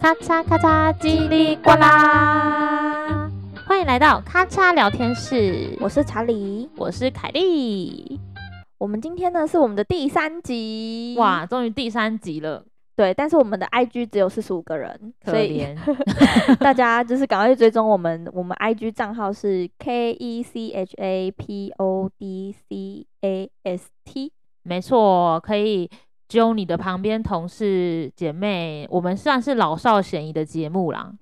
咔嚓咔嚓，叽里呱啦！欢迎来到咔嚓聊天室，我是查理。我是凯莉。我们今天呢是我们的第三集，哇，，终于第三集了，对，但是我们的 IG 只有四十五个人，可所以 怜。 大家就是赶快去追踪我们，我们 IG 账号是 K E C H A P O D C A S T，没错，可以揪你的旁边同事姐妹，我们算是老少咸宜的节目啦，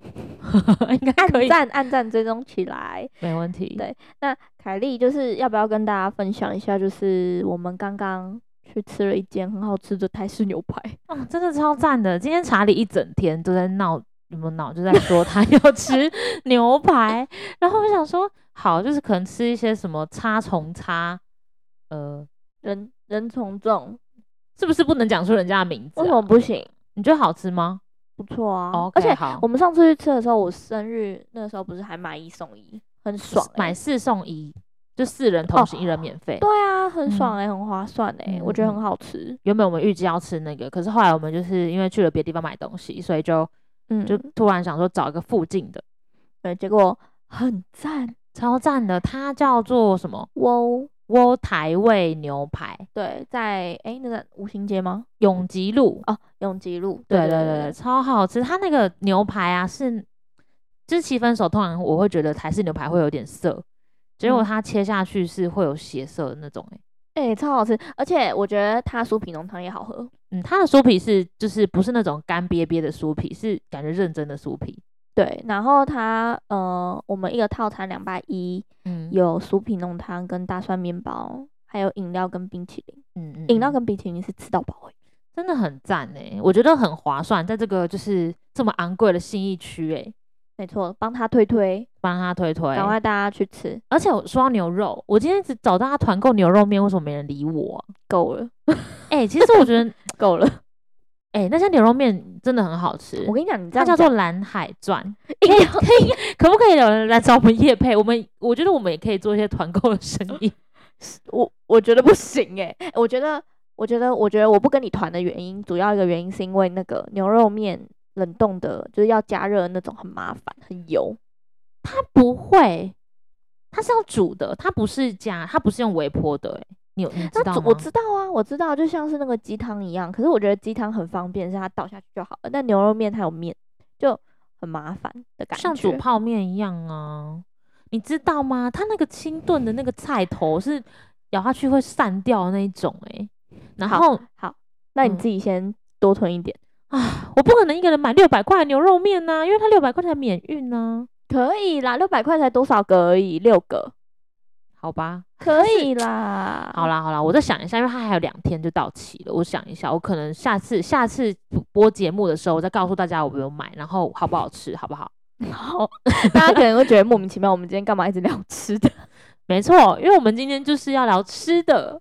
应该 可按以，赞按赞追踪起来。没问题。对那凯莉就是要不要跟大家分享一下，就是我们刚刚去吃了一间很好吃的泰式牛排，哦，真的超赞的！今天查理一整天都在闹，有没有闹？就在说他 要吃牛排，然后我想说，好，就是可能吃一些什么叉虫叉，呃，人人从众，是不是不能讲出人家的名字、啊为什么？不行？你觉得好吃吗？不错啊哦，而且好，我们上次去吃的时候，我生日那时候不是还买一送一，很爽、欸。买四送一，就四人同哦行，一人免费。对啊，很爽哎、很划算哎、嗯我觉得嗯很好吃。原本我们预计要吃那个，可是后来我们就是因为去了别的地方买东西，所以就嗯，就突然想说找一个附近的，对，结果很赞超赞的。它叫做什么？哦。窝台味牛排，对，在哎、那个五星街吗？永吉路。哦，永吉路。对对对对对，对超好吃。它那个牛排啊，是就是七分熟，通常我会觉得台式牛排会有点涩，结果嗯它切下去是会有血色的那种、欸。哎、欸超好吃，而且我觉得它酥皮浓汤也好喝。嗯，它的酥皮是就是不是那种干瘪瘪的酥皮，是感觉认真的酥皮。对，然后它呃，我们一个套餐两百一，嗯有酥皮浓汤跟大蒜面包，还有饮料跟冰淇淋。嗯嗯饮料嗯跟冰淇淋是吃到饱哎、真的很赞哎、我觉得很划算，在这个就是这么昂贵的信义区哎、没错，帮他推推，帮他推推。赶快大家去吃，而且我说到牛肉，我今天只找到他团购牛肉面，为什么没人理我啊、够了，哎、其实我觉得 够了。哎、那家牛肉面真的很好吃我，跟你讲，你这它样叫讲做蓝海传，硬要可不可以有人来找我们夜配？我们我觉得我们也可以做一些团购的生意。 我我觉得不行哎、我觉得我觉得我觉得我不跟你团的原因，主要一个原因是因为那个牛肉面冷冻的，就是要加热那种很麻烦，很油。不会，它是要煮的，它不是加，它不是用微波的、欸，你有你知道那吗主？我知道啊，我知道，就像是那个鸡汤一样。可是我觉得鸡汤很方便，是它倒下去就好了。但牛肉面它有面，就很麻烦的感觉。像煮泡面一样啊，你知道吗？它那个清炖的那个菜头是咬下去会散掉的那一种、欸，然好后那你嗯自己先多囤一点。啊，我不可能一个人买六百块的牛肉面呐、因为它六百块才免运啊呢、可以啦，六百块才多少个而已，六个好吧，可以啦。好，啦好啦，我再想一下，因为它还有两天就到期了。我想一下，我可能下次下次播节目的时候，我再告诉大家我有没有买，然后好不好吃，好不好？好，大家可能会觉得莫名其妙，我们今天干嘛一直聊吃的？ 没错，因为我们今天就是要聊吃 的，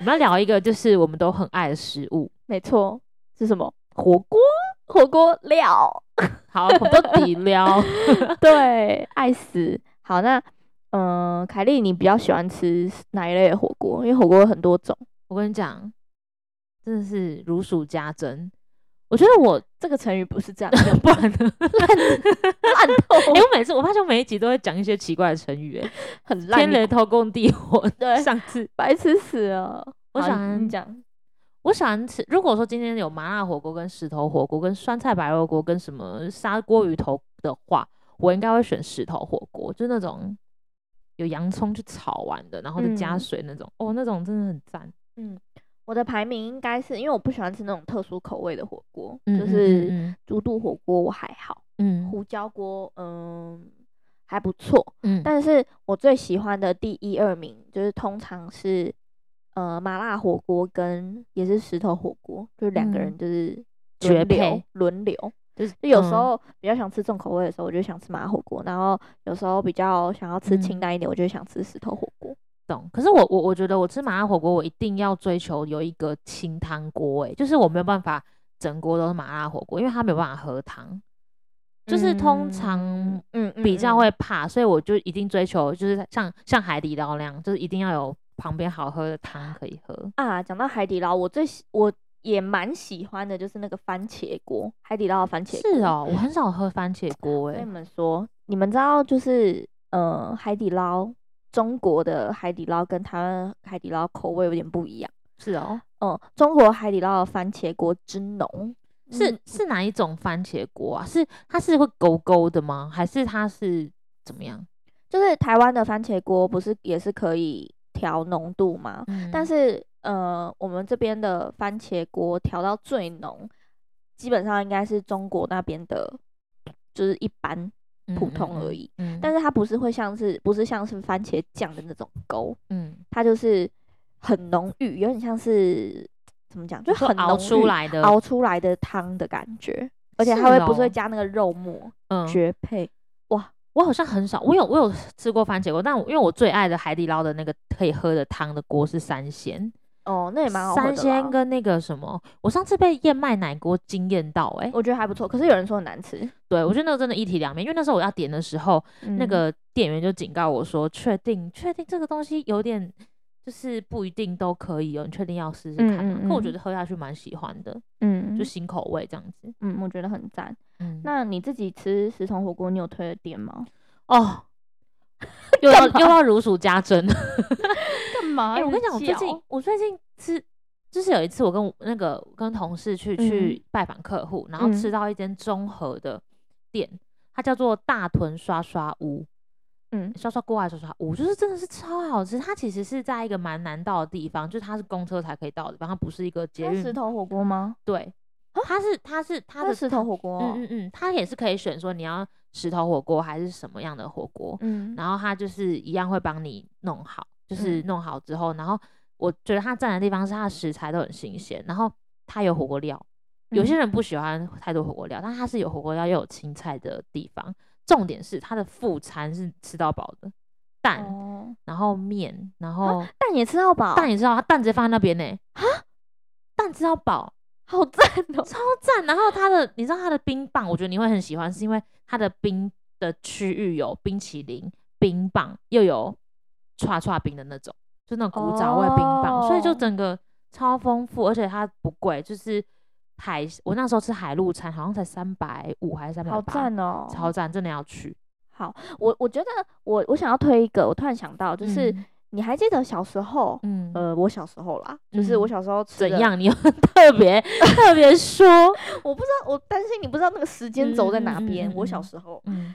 我们要聊一个就是我们都很爱的食物没错，是什么？ ——火锅。火锅料。好，我们都 底料。对，爱死。好，那嗯、呃凯莉，你比较喜欢吃哪一类的火锅？因为火锅有很多种，我跟你讲，真的是如数家珍。我觉得我这个成语不是这样用 不然 呢？烂透，哎、我每次我发现我每一集都会讲一些奇怪的成语、欸，很天烂，雷偷工地 火。对上次白痴死了。我好想你讲，我喜欢吃，如果说今天有麻辣火锅、跟石头火锅、跟酸菜白肉锅、跟什么砂锅鱼头的话，我应该会选石头火锅，就那种有洋葱去炒完的，然后再加嗯水那种。哦，那种真的很赞。我的排名应该是因为我不喜欢吃那种特殊口味的火锅，嗯嗯就是嗯猪肚火锅我还好。嗯嗯胡椒锅，嗯，还不错。嗯，但是我最喜欢的第一二名就是通常是呃麻辣火锅跟也是石头火锅，就是两个人嗯就是绝轮流配轮流。就是就有时嗯候比较想吃重口味的时候，我就想吃麻辣火锅；然后有时候比较想要吃清嗯淡一点，我就想吃石头火锅。懂。可是我我我觉得我吃麻辣火锅，我一定要追求有一个清汤锅，诶，就是我没有办法整锅都是麻辣火锅，因为它没有办法喝汤，就是通常嗯嗯比较嗯会怕，所以我就一定追求就是像像海底捞那样，就是一定要有旁边好喝的汤可以喝。啊，讲到海底捞，我最喜我也蛮喜欢的，就是那个番茄锅，海底捞的番茄锅。是，哦，我很少喝番茄锅欸跟诶你。们说，你们知道就是呃，海底捞中国的海底捞跟台湾海底捞口味有点不一样。是哦，嗯，中国海底捞的番茄锅之浓，是嗯是哪一种番茄锅啊？是它是会勾勾的吗？还是它是怎么样？就是台湾的番茄锅不是也是可以调浓度吗？嗯但是呃，我们这边的番茄锅调到最浓，基本上应该是中国那边的，就是一般普通而。已。嗯嗯嗯嗯但是它不是会像是不是像是番茄酱的那种勾，嗯，它就是很浓郁，有点像是怎么讲，就你说很熬浓出郁来的，熬出来的汤的感觉，而且是它会不是哦会加那个肉末，嗯，绝配。我好像很少，我有我有吃过番茄锅，但我因为我最爱的海底捞的那个可以喝的汤的锅是三鲜，哦，那也蛮好喝三的啦。鲜跟那个什么，我上次被燕麦奶锅惊艳到、欸，我觉得还不错，可是有人说很难吃。对我觉得那个真的一体两面，因为那时候我要点的时候，那嗯个店员就警告我说，确定确定这个东西有点。就是不一定都可以哦，你确定要试试看吗？嗯嗯可我觉嗯得喝下去蛮喜欢的，嗯，就新口味这样子。嗯，我觉得很赞。嗯，那你自己吃石头火锅，你有推的店吗？哦， 又要干嘛又要如数家珍，干嘛哎、我跟你讲，我最近我最近吃，就是有一次我跟我那个跟同事去去拜访客户，然后吃嗯到一间综合的店，它叫做大屯刷刷屋，嗯刷刷锅还是刷刷屋，就是真的是超好吃。它其实是在一个蛮难到的地方，就是它是公车才可以到的地方，它不是一个捷它是石运。头火锅吗？对，它是它是它它的是石头火锅哦。啊嗯嗯嗯，它也是可以选说你要石头火锅还是什么样的火锅。嗯然后他就是一样会帮你弄好，就是嗯弄好之后，然后我觉得他赞的地方是他的食材都很新鲜，然后他有火锅料，有嗯些人不喜欢太多火锅料，但他是有火锅料又有青菜的地方。重点是他的副餐是吃到饱的，蛋，哦，啊然后面，然后蛋也吃到饱，蛋也知道，他蛋直接放在那边呢、啊蛋吃到饱，好赞哦。超赞。然后它的，你知道它的冰棒，我觉得你会很喜欢，是因为它的冰的区域有冰淇淋、冰棒，又有串串冰的那种，就那种古早味冰棒，所以就哦整个超丰富，而且它不贵，就是海，我那时候吃海陆餐好像才三百五还是三百好八，赞哦！超赞，真的要去。好，我我觉得我我想要推一个，我突然想到，就是、嗯你还记得小时候，嗯呃，我小时候啦，就是我嗯小时候吃怎的？样？你要 特别特别 说，我不知道，我担心你不知道那个时间轴在哪嗯嗯嗯边。嗯我小嗯时候嗯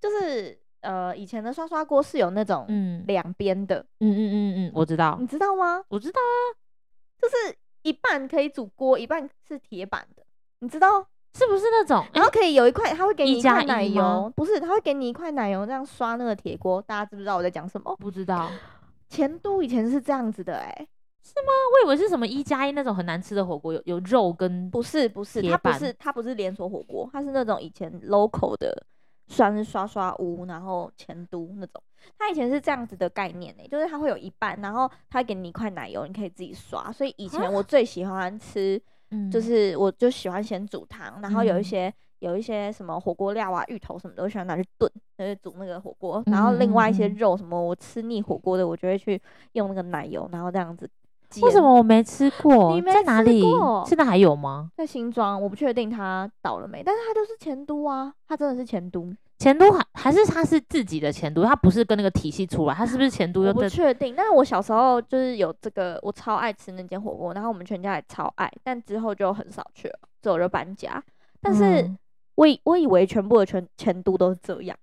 就是呃，以前的刷刷锅是有那种嗯嗯两边的，嗯嗯嗯，我知道你，知道吗？我知道，啊就是一半可以煮锅，一半是铁板的，你知道？是不是那种？然后可以有一块，他会给哎一你一块加奶一吗油，不是，他会给你一块奶油这样刷那个铁锅。大家知不知道我在讲什么？不知道。前都以前是这样子的、欸，哎，我以为是什么一加一那种很难吃的火锅，有有肉跟不是不是，铁它不板是它不是连锁火锅，它是那种以前 local 的，算是刷刷屋，然后前都那种。它以前是这样子的概念呢、就是它会有一半，然后它给你一块奶油，你可以自己刷。所以以啊前我最喜欢吃，嗯就是我就喜欢先煮汤，然后有一嗯些、有一些什么火锅料啊、芋头什么的，我喜欢拿去炖，就是煮那个火锅。然后另外一些嗯嗯嗯肉什么，我吃腻火锅的，我就会去用那个奶油，然后这样子煎。为什么我没吃过？你没在哪吃里过？现在还有吗？在新庄，我不确定他倒了没，但是他就是前都啊，他真的是前都，前都还还是它是自己的前都，它不是跟那个体系出来，它是不是前都我又不在？确定。但是我小时候就是有这个，我超爱吃那间火锅，然后我们全家也超爱，但之后就很少去了，之后我就搬家。但是嗯我以我以为全部的全前都都是这样，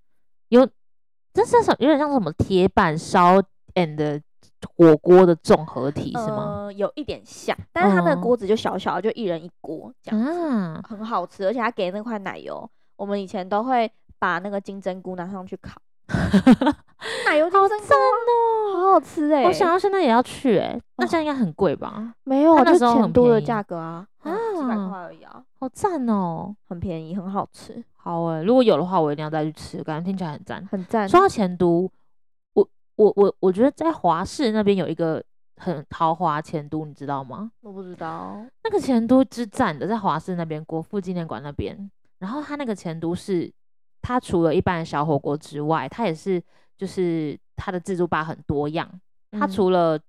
这是什有点像什么铁板烧 and 火锅的综合体是吗？呃，有一点像，但是它的嗯锅子就小小的，就一人一锅这样子，啊，很好吃，而且他给那块奶油，我们以前都会把那个金针菇拿上去烤， 奶油金好针菇赞好哦！好吃哎、我想要现在也要去哎、那哦这样应该很贵吧？没有它啊，那就是时候钱很多的便宜价格啊，啊，几百啊块而已啊，好赞哦！很便宜，很好吃，好哎、如果有的话，我一定要再去吃，感觉听起来很赞。很赞。说到前都，我我我我觉得在华视那边有一个很豪华前都，你知道吗？我不知道，那个前都之战的在华视那边国父纪念馆那边，然后它那个前都是，它除了一般的小火锅之外，它也是就是它的自助吧很多样，它嗯除了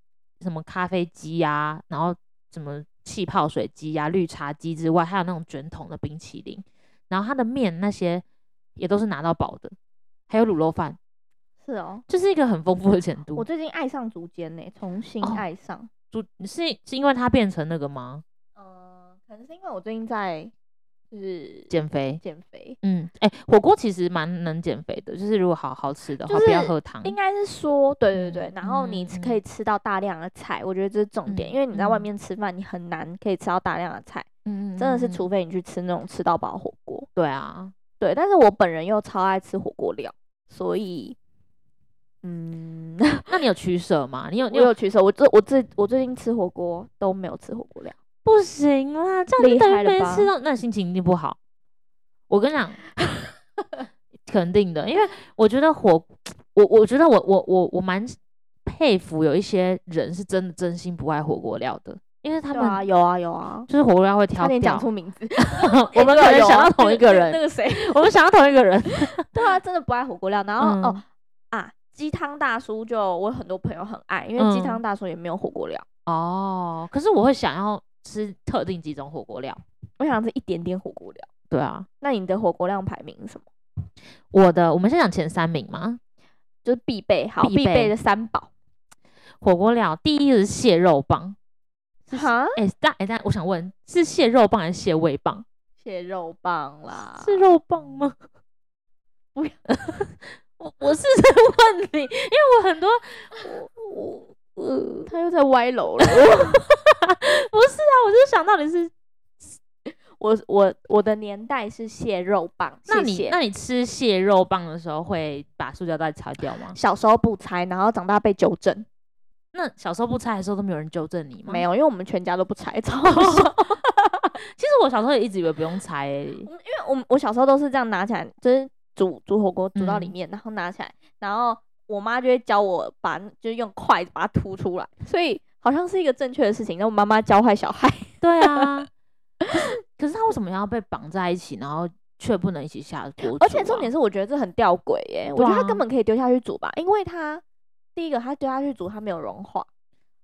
什么咖啡鸡啊，然后什么气泡水机呀、绿茶机之外，还有那种卷筒的冰淇淋。然后它的面那些也都是拿到饱的，还有卤肉饭，是哦。就是一个很丰富的前度。我最近爱上竹间呢、重新哦爱上。主是是因为它变成那个吗？嗯、可能是因为我最近在就是减肥？减肥，嗯，哎、火锅其实蛮能减肥的，就是如果好好吃的话，就是不要喝汤。应该是说，对对对，嗯然后你嗯吃嗯可以吃到大量的菜，我觉得这是重点，嗯因为你在外嗯面吃饭，你很难可以吃到大量的菜，嗯嗯真的是嗯嗯除非你去吃那种吃到饱火锅。对啊，对，但是我本人又超爱吃火锅料，所以，嗯， 那你有取舍吗？你有我你有有取舍，我最我最我最近吃火锅都没有吃火锅料，不行啦，这样就厉等害于了没吧吃到，那心情一定不好。我跟你 讲，肯定的，因为我觉得火，我我觉得我我我我蛮佩服有一些人是真的真心不爱火锅料的，因为他有们啊有啊有啊，就是火锅料会挑差点讲掉。出 名字， 我们可能有啊想到同一个那人，个 谁，我们想到同一个人。对啊，真的不爱火锅料，然后哦嗯啊，鸡汤大叔就我有很多朋友很爱，因为鸡嗯汤大叔也没有火锅料，哦，可是我会想要吃特定几种火锅料。我想吃一点点火锅料。对啊，那你的火锅料排名是什么？我的我们先讲前三名嘛。就是必备，好必必备备的三宝。火锅料第一个是蟹肉棒，是哈，哎、但哎、但我想问，是蟹肉棒还是蟹味棒？蟹肉棒啦，是肉棒吗？不要我我是在问你，因为我很多我我呃他又在歪楼了。不是啊，我就是想到底是， 我我我的年代是蟹肉棒，那谢你谢那你吃蟹肉棒的时候会把塑胶袋拆掉吗？小时候不拆，然后长大被纠正，那小时候不拆的时候都没有人纠正你吗？没有，因为我们全家都不拆，超 好笑其实我小时候也一直以为不用拆、欸，因为我们我小时候都是这样拿起来，就是煮煮火锅煮到里嗯面，然后拿起来，然后我妈就会教我把就是用筷子把它凸出来，所以好像是一个正确的事情。然后我妈妈教坏小孩， 对啊。 可是可是他为什么要被绑在一起，然后却不能一起下锅、啊而且重点是，是，我觉得这很吊诡耶、我对觉得啊它根本可以丢下去煮吧，因为它第一个它丢下去煮它没有融化，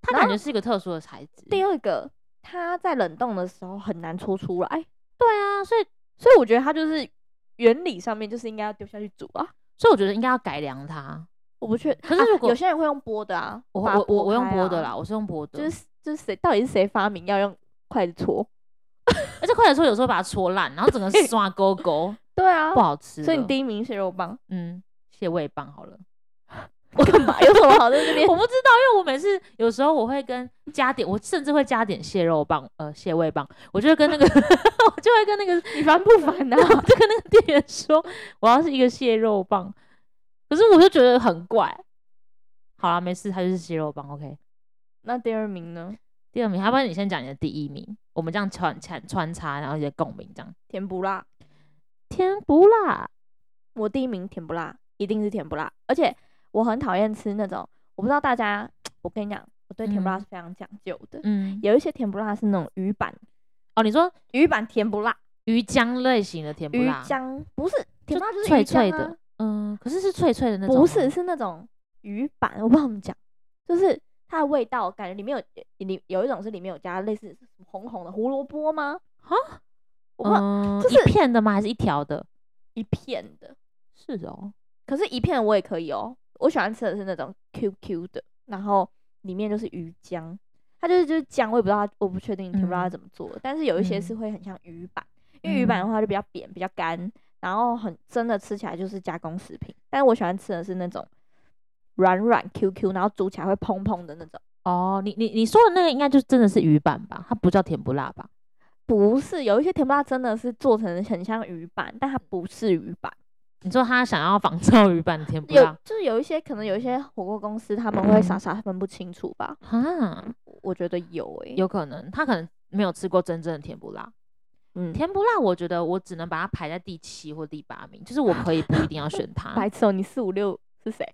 它然感后啊觉是一个特殊的材质。第二个它在冷冻的时候很难搓出来，哎对啊，所以所以我觉得它就是原理上面就是应该要丢下去煮啊。所以我觉得应该要改良它。我不确，可是啊如果有些人会用剥的啊，我把它我我我用开剥的啊啦，，我是用剥的，就是就是谁到底是谁发明要用筷子搓？而且快点说有时候把它戳烂，然后整个刷勾勾，对啊不，好吃的。所以你第一名是肉棒，嗯蟹味棒好了， 我干嘛？有什么好在这 边？我不知道，因为我每次有时候我会跟加点，我甚至会加点蟹肉棒，呃蟹味棒，我就会跟那个 我就会跟那个你烦不烦然后 啊？我就跟那个店员说， 我要是一个蟹肉棒，可是我就觉得很怪。好啦，没事，它就是蟹肉棒，OK。那第二名呢？第二名，要不然你先讲你的第一名，我们这样穿穿穿插，然后一些共鸣这样。甜不辣，甜不辣，我第一名甜不辣，一定是甜不辣。而且我很讨厌吃那种，我不知道大家，我跟你讲，我对甜不辣嗯是非常讲究的。嗯，有一些甜不辣是那种鱼板，哦，你说鱼板甜不辣，鱼浆类型的甜不鱼辣，，浆不是甜不辣，就是脆鱼脆浆啊的，嗯，可是是脆脆的那种吗，不是，是那种鱼板，我不知道怎么讲，就是它的味道，感觉里面有里有一种是里面有加类似什么红红的胡萝卜吗？哈，我不知道、嗯，就一是片的吗？还是一条的？一片的，是哦，可是一片我也可以哦。我喜欢吃的是那种 QQ 的，然后里面就是鱼浆，它就是就是浆，我也不知道它，我不确定不知道它嗯怎么做的，但是有一些是嗯会很像鱼板，因为鱼板的嗯话就比较扁，比较干，然后很真的吃起来就是加工食品，但是我喜欢吃的是那种软软 QQ，然后煮起来会蓬蓬的那种。哦，你你你说的那个应该就真的是鱼板吧？它不叫甜不辣吧？不是，有一些甜不辣真的是做成很像鱼板，但它不是鱼板。你说他想要仿照鱼板的甜不 有辣，嗯就是有一些可能有一些火锅公司他们会傻傻分不清楚吧，哈，我觉得有欸诶、有可能他可能没有吃过真正的甜不辣。嗯，甜不辣，我觉得我只能把它排在第七或第八名，就是我可以不一定要 选它白，痴哦、你四五六是谁？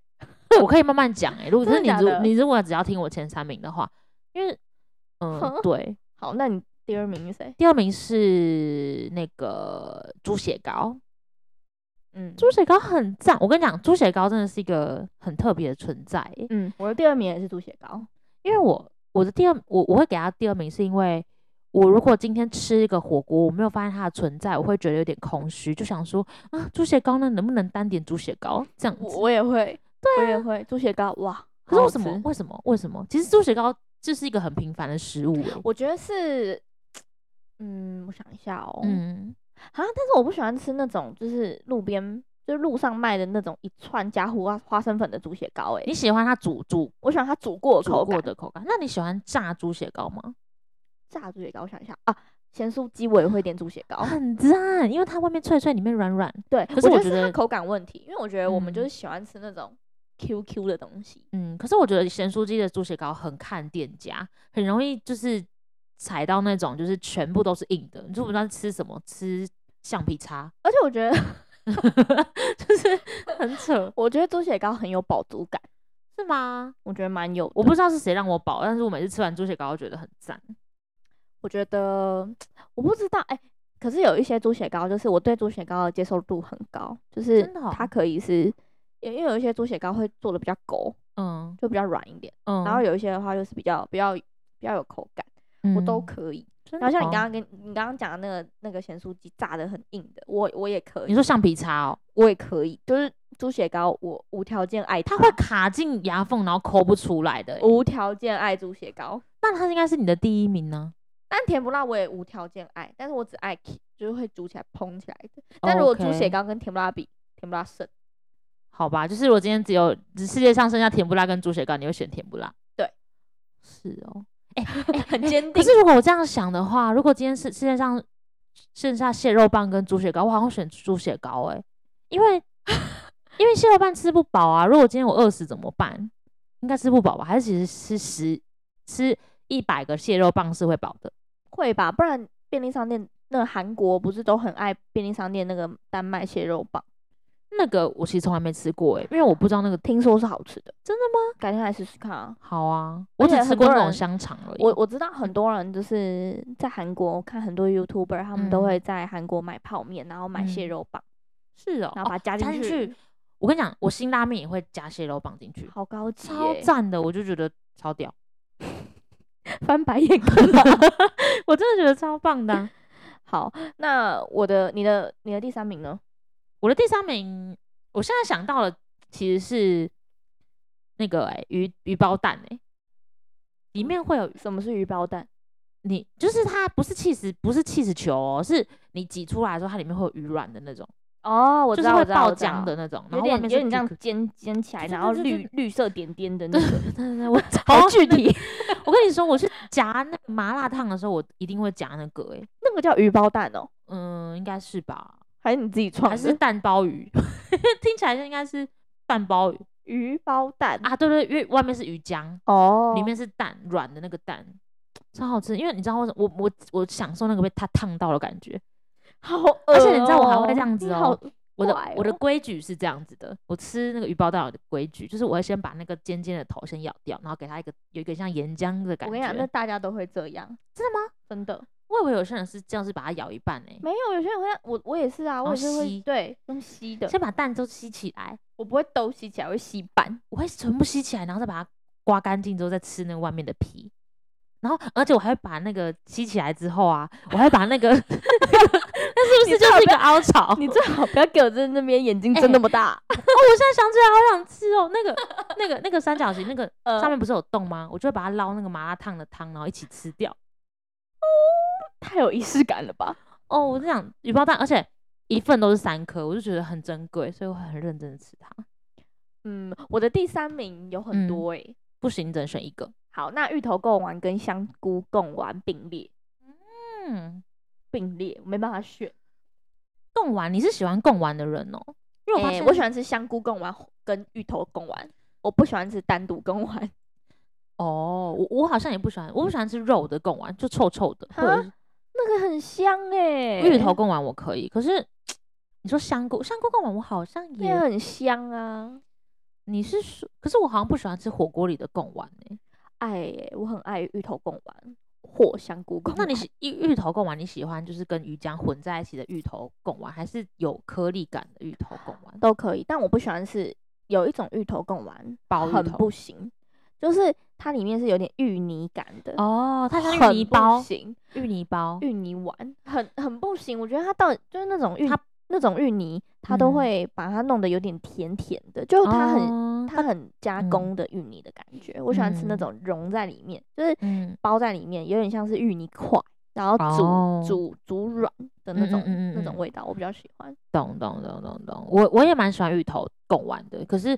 我可以慢慢讲欸诶、如果可是真你的假如的你如果只要听我前三名的话，因为嗯哼对，好，那你第二名是谁？第二名是那个猪血糕，嗯，猪血糕很赞。我跟你讲，猪血糕真的是一个很特别的存在欸、嗯，我的第二名也是猪血糕。因为我我的第二我我会给他第二名是因为我如果今天吃一个火锅，我没有发现它的存在，我会觉得有点空虚，就想说啊，猪血糕呢，能不能单点猪血糕这样子？我我也会，对、我啊也会猪血糕，哇！可是为好好什么吃？为什么？为什么？其实猪血糕就是一个很平凡的食物欸、我觉得是，嗯，我想一下哦，嗯，嗯，啊，但是我不喜欢吃那种就是路边就是路上卖的那种一串加胡啊花花生粉的猪血糕，哎你，喜欢它煮煮我喜欢它煮过的煮口过感。的口感？那你喜欢炸猪血糕吗？炸猪血糕，我想一下啊，咸酥鸡我也会点猪血 糕，很赞，因为它外面脆脆，里面软软。对，可是我我觉它得口感问题，因为我觉得我们就嗯是喜欢吃那种 QQ 的东西，嗯，可是我觉得咸酥鸡的猪血糕很看店家，很容易就是踩到那种就是全部都是硬的，你就不知道吃什么，吃橡皮擦， 而且我觉得就是很扯，我觉得猪血糕很有饱足感，是吗？我觉得蛮有的，我不知道是谁让我饱，但是我每次吃完猪血糕，我觉得很赞。我觉得我不知道哎、可是有一些猪血糕，就是我对猪血糕的接受度很高，就是真的哦它可以是，因为有一些猪血糕会做的比较勾，嗯就比较软一点，嗯，然后有一些的话就是比较比较比较有口感，我都嗯。可以。真然后的像你哦刚刚跟你刚刚讲的那个那个咸酥鸡炸的很硬的，我我也可你以，说橡皮擦哦，我也可以，就是猪血糕我无条件爱它它会卡进牙缝，然后抠不出来的欸。无条件爱猪血糕，那它应该是你的第一名呢。但甜不辣我也无条件爱，但是我只爱 k 就是会煮起来蓬起来的。但如果猪血 OK 糕跟甜不辣比，甜不辣胜。好吧，就是我今天只有只世界上剩下甜不辣跟猪血糕，你会选甜不辣？对，是哦。 很坚可定。是如果我这样想的话，如果今天是世界上剩下蟹肉棒跟猪血糕，我好像选猪血糕诶、因 为因为蟹肉棒吃不饱啊。如果今天我饿死怎么办？应该吃不饱吧？还是其实吃十吃一百个蟹肉棒是会饱的？会吧，不然便利商店那个韩国不是都很爱便利商店那个丹麦蟹肉棒，那个我其实从来没吃过欸诶、因为我不知道那个 听说是好吃的，真的吗？改天来试试看啊！好啊，而我只且吃很过多那种人香肠而已。我我知道很多人就是在韩国我看很多 YouTuber，他们都嗯会在韩国买泡面，然后买蟹嗯肉棒，是哦，然后把哦它加加进进去，去。我跟你讲，我新拉面也会加蟹肉棒进去，好高级、超耶！赞的，我就觉得超屌， 翻白眼 干嘛？我真的觉得超棒的啊、好，那我的你的你的第三名呢？我的第三名，我现在想到了，其实是那个哎、鱼鱼包蛋哎、里面会有什么是鱼包蛋？你，就是它不是气死，不是气死球哦，是你挤出来的时候，它里面会有鱼卵的那种，哦，我就知是道，会我知道，爆我知道浆的，那种，然有后外面点有是点这样 QQ 尖尖起来，对对然后对对绿绿色点点的那对个， 对对对，我好具那个体。 我跟你说，我去夹那个麻辣烫的时候，我一定会夹那个、欸，那个叫鱼包蛋哦，嗯，应该是吧？还是你自己创还的？是蛋包鱼？ 听起来就应该是蛋包鱼鱼包蛋啊，对对，因为外面是鱼浆，哦，里面是蛋，软的那个蛋，超好吃。因为你知道为什么，我我我享受那个被它烫到的感觉。好恶哦、而且你知道我还会这样子你哦好，我的、怪我的哦规矩是这样子的，我吃那个鱼包蛋有的规矩就是我会先把那个尖尖的头先咬掉，然后给它一个有一个像岩浆的感我觉。跟你讲，那大家都会这样，真的吗？真的我以为有些人是这样，是把它咬一半欸诶、没有。有些人会，我我也是啊，我后也是会哦吸对用吸的，先把蛋都吸起来，我不会都吸起来，我会吸半。我会全部吸起来，然后再把它刮干净之后再吃那个外面的皮。然后，而且我还会把那个吸起来之后啊，我还把那 个，那是不你是最就好是一个不要凹槽？你最好不要给我在那边眼睛睁哎那么大，我现在想起来好想吃哦，那个那个那个三角形，那个呃上面不是有洞吗？我就会把它捞那个麻辣烫的汤，然后一起吃掉。太有仪式感 了吧？哦，我就想鱼包蛋，而且一份都是三颗，我就觉得很珍贵，所以我很认真的吃它。嗯，我的第三名有很嗯多欸诶、不行，只能选一个。好，那芋头贡丸跟香菇贡丸并列，嗯，并列，我没办法选。贡丸，你是喜欢贡丸的人哦？因为我发欸现、我喜欢吃香菇贡丸跟芋头贡丸，我不喜欢吃单独贡丸。 哦，我我好像也不喜欢，我不喜欢吃肉的贡丸，就臭臭的，或者哈那个很香哎、是芋头贡丸我可以，可是你说香菇香菇贡丸我好像那个也，很香啊！你是说，可是我好像不喜欢吃火锅里的贡丸诶、爱、欸，我很爱芋头贡丸或香菇贡那丸。你喜芋芋头贡丸你喜欢就是跟鱼浆混在一起的芋头贡丸，还是有颗粒感的芋头贡丸？都可以，但我不喜欢是有一种芋头贡丸包芋很头不行，就是它里面是有点芋泥感的，哦，它像很芋泥不包，行，芋泥包，芋泥丸很很不行。我觉得它到底就是那种芋它那种芋泥，它都嗯会把它弄得有点甜甜的，就它很、哦它很加嗯工的芋泥的感觉。我喜欢吃那嗯种融在里面，就是嗯，包在里面，有点像是芋泥块，然后煮、哦煮煮软的那嗯嗯种嗯嗯那种嗯味道，我比较喜欢。懂懂懂懂懂，我我也蛮喜欢芋头贡丸的，可是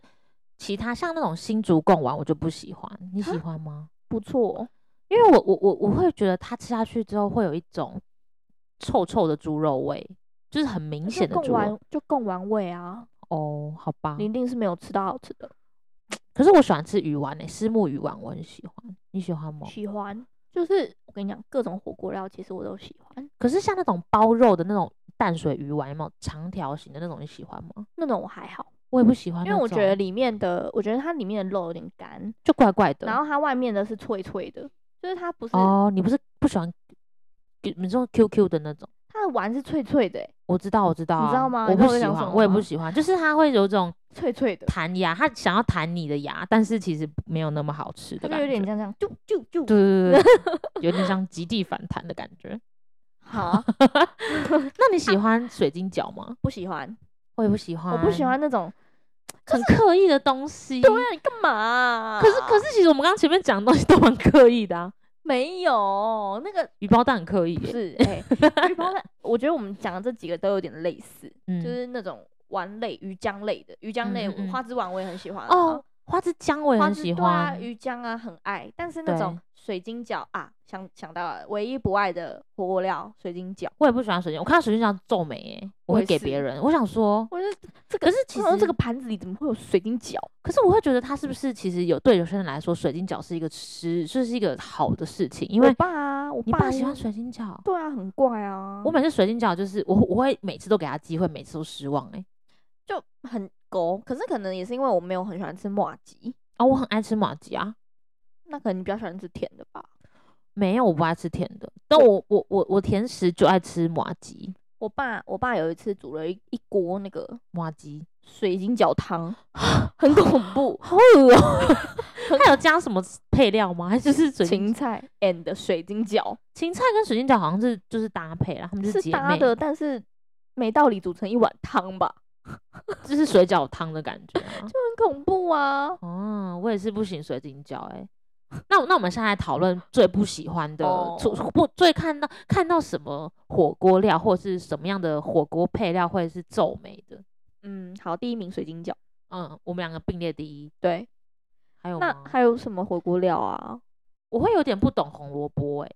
其他像那种新竹贡丸我就不喜欢，你喜哈欢吗？不错哦，因为我我我我会觉得它吃下去之后会有一种臭臭的猪肉味，就是很明就显的贡猪肉丸就贡丸味啊，哦，好吧你。一定是没有吃到好吃的。可是我喜欢吃鱼丸诶、虱目鱼丸我很喜欢，你喜欢吗？喜欢，就是我跟你讲，各种火锅料其实我都喜欢，可是像那种包肉的那种淡水鱼丸，有没有长条形的那种，你喜欢吗？那种我还好，我也不喜欢啊那因为种，我觉得里面的，我觉得它里面的肉有点干，就怪怪的。然后它外面的是脆脆的，就是它不是、哦，你不是不喜欢你这种 QQ 的那种？它的丸是脆脆的欸、我知道，我知道、啊，你知道吗我你知不道我在喜讲什欢，么我也不吗喜欢，就是它会有一种脆脆的，弹牙，它想要弹你的牙，但是其实没有那么好吃它的就感有觉。点这样这样，啾啾啾。对对对 对，有点像极地反弹的感觉。好 啊，那你喜欢水晶饺吗？不喜欢，我也不喜欢，我不喜欢那种，很刻意的东西。对啊，你干嘛啊、可是可是，其实我们刚刚前面讲的东西都蛮刻意的啊， 没有那个鱼包蛋很刻意不耶，是哎，欸鱼 包蛋，我觉得我们讲的这几个都有点类似，嗯就是那种丸类、鱼浆类的，鱼浆类、嗯嗯嗯花枝丸我也很喜欢啊哦，花枝姜我也花很枝喜对啊，欢，鱼浆啊很爱，但是那种对水晶饺啊，想想到了，唯一不爱的火锅料水晶饺，我也不喜欢水晶。我看到水晶饺皱眉耶，我我会也给是别人，我想说，我觉得这个可是其我想实说这个盘子里怎么会有水晶饺？可是我会觉得它是不是其实有对有些人来说，水晶饺是一个吃，就是一个好的事情，因我为爸啊，我你爸也喜欢水晶饺。对啊，很怪啊，我每次水晶饺就是我我会每次都给他机会，每次都失望哎、就很狗，可是可能也是因为我没有很喜欢吃麻吉，啊、我很爱吃马吉啊，那可能你比较喜欢吃甜的吧？没有我不爱吃甜的，但我我我我甜食就爱吃马吉我爸我爸有一次煮了一一锅那个马吉，水晶饺汤，很恐 怖，好恶哦、它有加什么配料吗？还是就是水晶芹菜 and 水晶饺芹菜跟水晶饺好像是就是搭配啦，他们就是姐搭妹，的，但是没道理煮成一碗汤吧？就是水饺汤的感觉、啊。很恐怖啊！哦，我也是不行水晶饺哎、 那那我们现在来讨论最不喜欢的，除哦不最看到看到什么火锅料或是什么样的火锅配料会是皱眉的？嗯，好，第一名水晶饺，嗯，我们两个并列第一。对。还有那吗？还有什么火锅料啊？我会有点不懂红萝卜哎、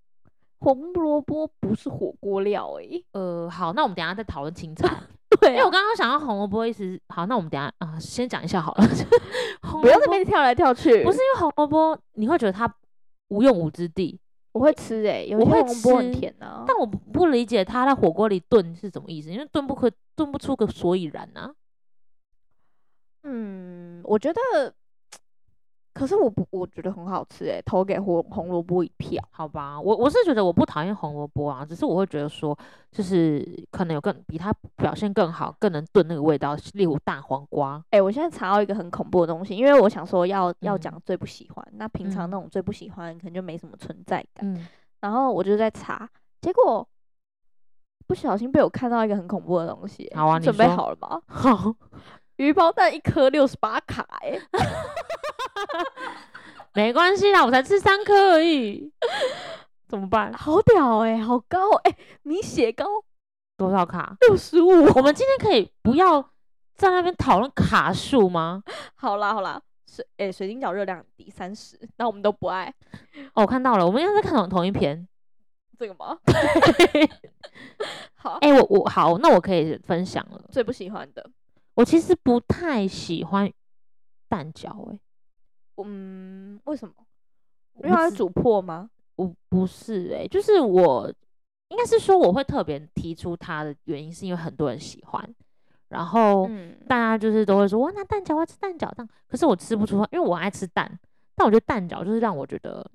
红萝卜不是火锅料诶、呃，好，那我们等一下再讨论青菜，因 对为啊、我刚刚想到红萝卜意思是。好，那我们等一下啊、先讲一下好了。 红不要萝在那卜边跳来跳去。不是，因为红萝卜，你会觉得它无用武之地，我会吃诶、有我些会红萝卜很吃甜啊。但我不不理解他在火锅里炖是什么意思，因为炖不可炖不出个所以然啊。嗯，我觉得，可是我不，我觉得很好吃诶、投给红红萝卜一票。好吧，我我是觉得我不讨厌红萝卜啊，只是我会觉得说，就是可能有更比它表现更好、更能炖那个味道，例如大黄瓜。诶、我现在查到一个很恐怖的东西，因为我想说要要嗯讲最不喜欢，那平常嗯那种最不喜欢可能就没什么存在感。嗯，然后我就在查，结果不小心被我看到一个很恐怖的东西欸。好啊你你准备说好了吗？好， 鱼包蛋一颗六十八卡、欸，哎，没关系啦，我才吃三颗而已，怎么办？好屌哎、好高哎、米血高多少卡？六十五。 我们今天可以不要在那边讨论卡数吗？好啦好啦，水哎、水晶饺热量很低，三十，那我们都不爱哦，我看到了，我们应该在看同同一篇。这个吗？ 好，哎、我我好，那我可以分享了。最不喜欢的，我其实不太喜欢蛋饺、欸，嗯，为什么？因因为为它它是煮破吗？我不是哎、就是我应该是说我会特别提出它的原因，是因为很多人喜欢，然后嗯，大家就是都会说哇，那蛋饺我要吃蛋饺，但可是我吃不出，因为我很爱吃蛋，但我觉得蛋饺就是让我觉得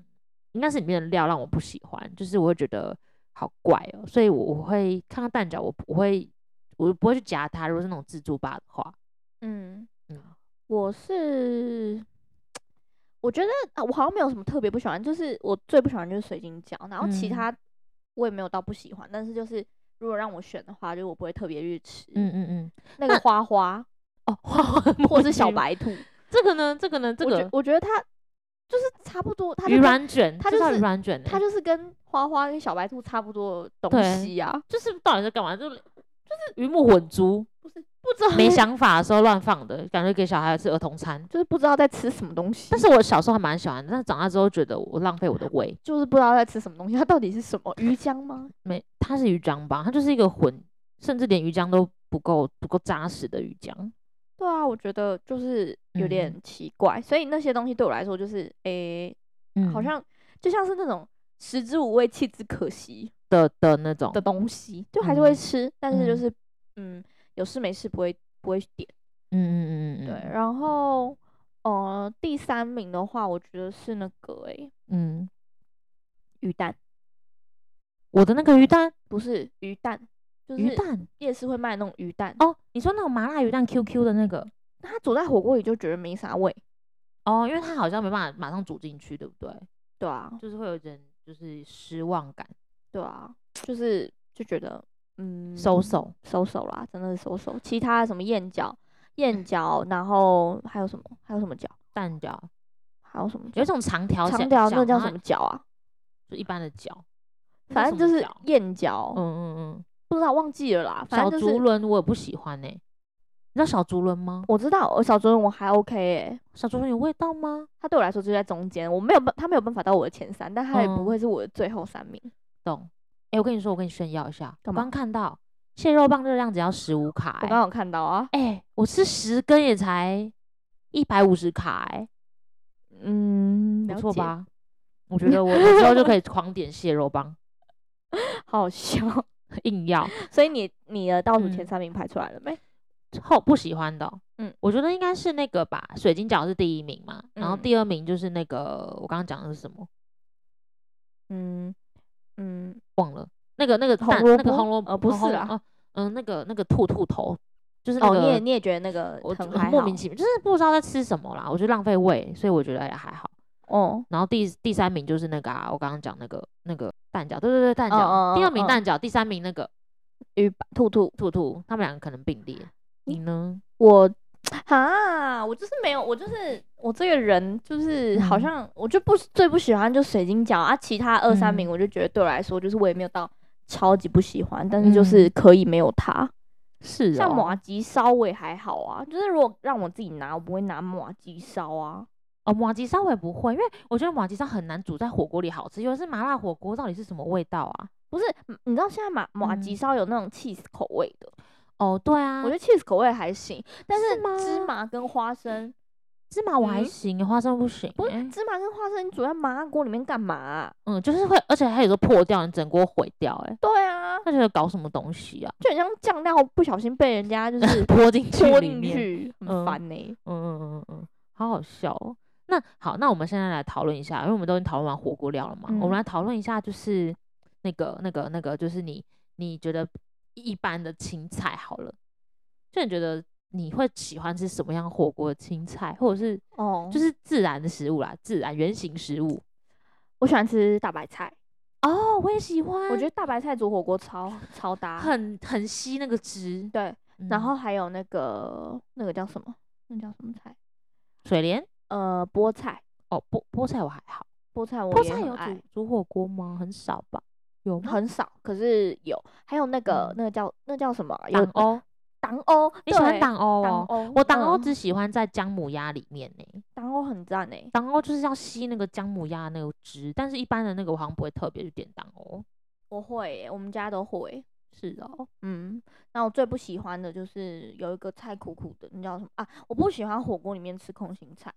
应该是里面的料让我不喜欢，就是我会觉得好怪哦、所以我我会看到蛋饺，我不会我不会去夹它，如果是那种自助吧的话，嗯，嗯，我是我觉得啊，我好像没有什么特别不喜欢，就是我最不喜欢就是水晶饺，然后其嗯他我也没有到不喜欢，但是就是如果让我选的话，就是我不会特别去吃。嗯嗯嗯，那个那花花哦， 花花或或者是 小，白兔，这个呢，这个呢，这我觉个我觉得它就是差不多，它就鱼跟软卷，它这就叫是鱼软卷欸，它就是跟花花跟小白兔差不多的东对西啊，就是到底在干嘛？就是就是鱼目混珠，不知道没在想法的时候乱放 的，感觉给小孩吃儿童餐。就是不知道在吃什么东西，但是我小时候还蛮喜欢的，但是长大之后觉得我浪费我的胃。就是不知道在吃什么东西，它到底是什么鱼浆吗？没，它是鱼浆吧？它就是一个混，甚至连鱼浆都不够不够扎实的鱼浆。对啊，我觉得就是有嗯点奇怪，所以那些东西对我来说就是诶、嗯好像就像是那种食之无味，弃之可惜的的那种的东西，就还是会嗯吃，但是就嗯是嗯有事没事不会不会点。嗯嗯嗯嗯，对，然后呃第三名的话，我觉得是那个诶、嗯，鱼蛋，我的那个鱼蛋，不是鱼蛋，就鱼是蛋夜市会卖那种鱼蛋，哦，你说那种麻辣鱼蛋 QQ 的那个它煮在火锅里就觉得没啥味。哦，因为它好像没办法马上煮进去，对不对？对啊，就是会有点就是失望感，对啊，就是就觉得嗯收手。收手啦，真的是收手。其他的什么燕饺、燕饺，然后还有什么还有什么饺，蛋饺，还有什么饺有一种长条小长条小那个叫然后什么饺啊？就一般的饺，那反正就什么是饺燕饺，嗯嗯不知道忘记了啦嗯，。反小正就竹是轮我也不喜欢呢、你知道小竹轮吗？我知道，呃小竹轮我还 OK 诶、小竹轮有味道吗？它对我来说就在中间，我没有办，它没有办法到我的前三，但它也不嗯会是我的最后三名。懂。哎、我跟你说，我跟你炫耀一下，我干嘛刚看到蟹肉棒热量只要十五卡、我欸，刚好看到啊，哎、我吃十根也才一百五十卡、欸，嗯，不了错解？吧？我觉得我我之后就可以狂点蟹肉棒， 好好笑。硬要所以你你的倒数前嗯三名排出来了没？后不喜欢的哦、嗯我觉得应该是那个吧，水晶饺是第一名嘛，然后嗯第二名就是那个我刚刚讲的是什么嗯嗯，忘了，那个那个红蛋萝那个卜红萝呃不是啦啊，哦嗯、那个那个兔兔头就是那哦，个、你也你也觉得那个我很就还莫好名其妙，就是不知道在吃什么啦，我觉得浪费胃，所以我觉得也还好。哦，然后第第三名就是那个啊，我刚刚讲那个那个蛋饺，对对对，蛋饺。嗯嗯第二嗯名嗯蛋饺，第三名那个鱼吧兔兔，兔兔，他们两个可能并列。你呢？我啊，我就是没有，我就是我这个人就是好嗯像我就不最不喜欢就水晶饺啊，其他二三名嗯我就觉得对我来说就是我也没有到超级不喜欢，但是就是可以没有它。是哦、像马吉烧我也还好啊，就是如果让我自己拿，我不会拿马吉烧啊。哦，马吉烧我也不会，因为我觉得马吉烧很难煮在火锅里好吃，尤其是麻辣火锅到底是什么味道啊？不是，嗯你知道现在马马吉嗯烧有那种 cheese 口味的，哦，对啊，我觉得 cheese 口味还行，但是是芝吗麻跟花生，芝麻我还嗯行，花生不行、不是欸芝麻跟花生，你煮在麻辣锅里面干嘛啊、嗯，就是会，而且还有时候破掉，你整锅毁掉、欸，哎，对啊，那觉得搞什么东西啊？就很像酱料不小心被人家就是泼进 去泼里进面去，很嗯烦呢、嗯嗯嗯嗯，嗯，好好笑哦。那好，那我们现在来讨论一下，因为我们都已经讨论完火锅料了嘛，我嗯们来讨论一下，就是那个、那个、那个，就是你你觉得一般的青菜好了，就你觉得你会喜欢吃什么样火锅的青菜，或者是哦，就是自然的食物啦，自然原形食物。我喜欢吃大白菜，哦，我也喜欢，我觉得大白菜煮火锅超超搭。很很吸那个汁。对，嗯然后还有那个那个叫什么？那叫什么菜？水莲，呃，菠菜，哦，菠菠菜我还好，菠菜我菠也菜很有爱煮，煮火锅吗？很少吧？有吗？很少，可是有。还有那个嗯那个叫那叫什么啊？有党欧，党欧，你喜欢对党欧党哦？欧？我党欧嗯只喜欢在姜母鸭里面呢、党欧很赞诶、党欧就是要吸那个姜母鸭那个汁，但是一般的那个我好像不会特别去点党欧。我会、欸，我们家都会、是哦，嗯，那我最不喜欢的就是有一个菜苦苦的，那叫什么啊？我不喜欢火锅里面吃空心菜，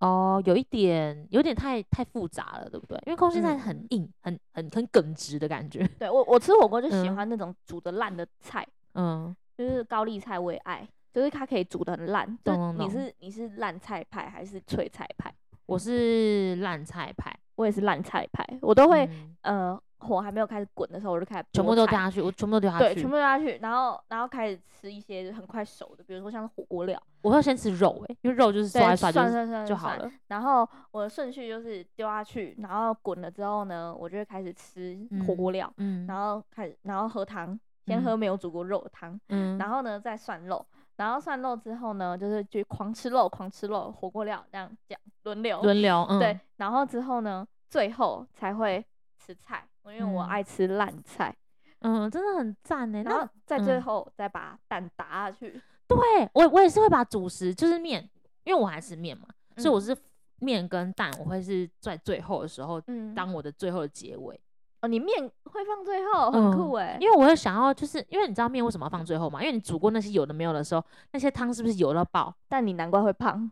哦，有一点，有点太太复杂了，对不对？因为空心菜很嗯硬，很很很耿直的感觉。对我我吃火锅就喜嗯欢那种煮的烂的菜，嗯，就是高丽菜我也爱，就是它可以煮的很烂。就懂懂你懂是你是烂菜派还是脆菜派？我是烂菜派，我也是烂菜派，我都会、嗯呃火还没有开始滚的时候，我就开始全拨部都开掉下去，我全部都掉下对，去。全部丢下去，然后然后开始吃一些很快熟的，比如说像是火锅料，我会先吃肉诶、因为肉就是对，刷一刷涮就涮是涮就好涮了。然后我的顺序就是丢下去，然后滚了之后呢，我就会开始吃火嗯锅料，嗯然后开始然后喝汤，先喝嗯没有煮过肉的汤，嗯，然后呢再涮肉，然后涮肉之后呢，就是就狂吃肉，狂吃肉，火锅料这样这样轮流，轮流，嗯，对，，然后之后呢，最后才会吃菜，因为我嗯爱吃烂菜，嗯，真的很赞诶、然那后在最嗯后再把蛋打下去，对我我也是会把主食就是面，因为我还吃面嘛，所以我嗯是面跟蛋，我会是在最后的时候嗯，当我的最后的结尾，哦，你面会放最后，很嗯酷哎、因为我会想要就是因为你知道面为什么要放最后嘛，因为你煮过那些有的没有的时候，那些汤是不是油到爆？但你难怪会胖，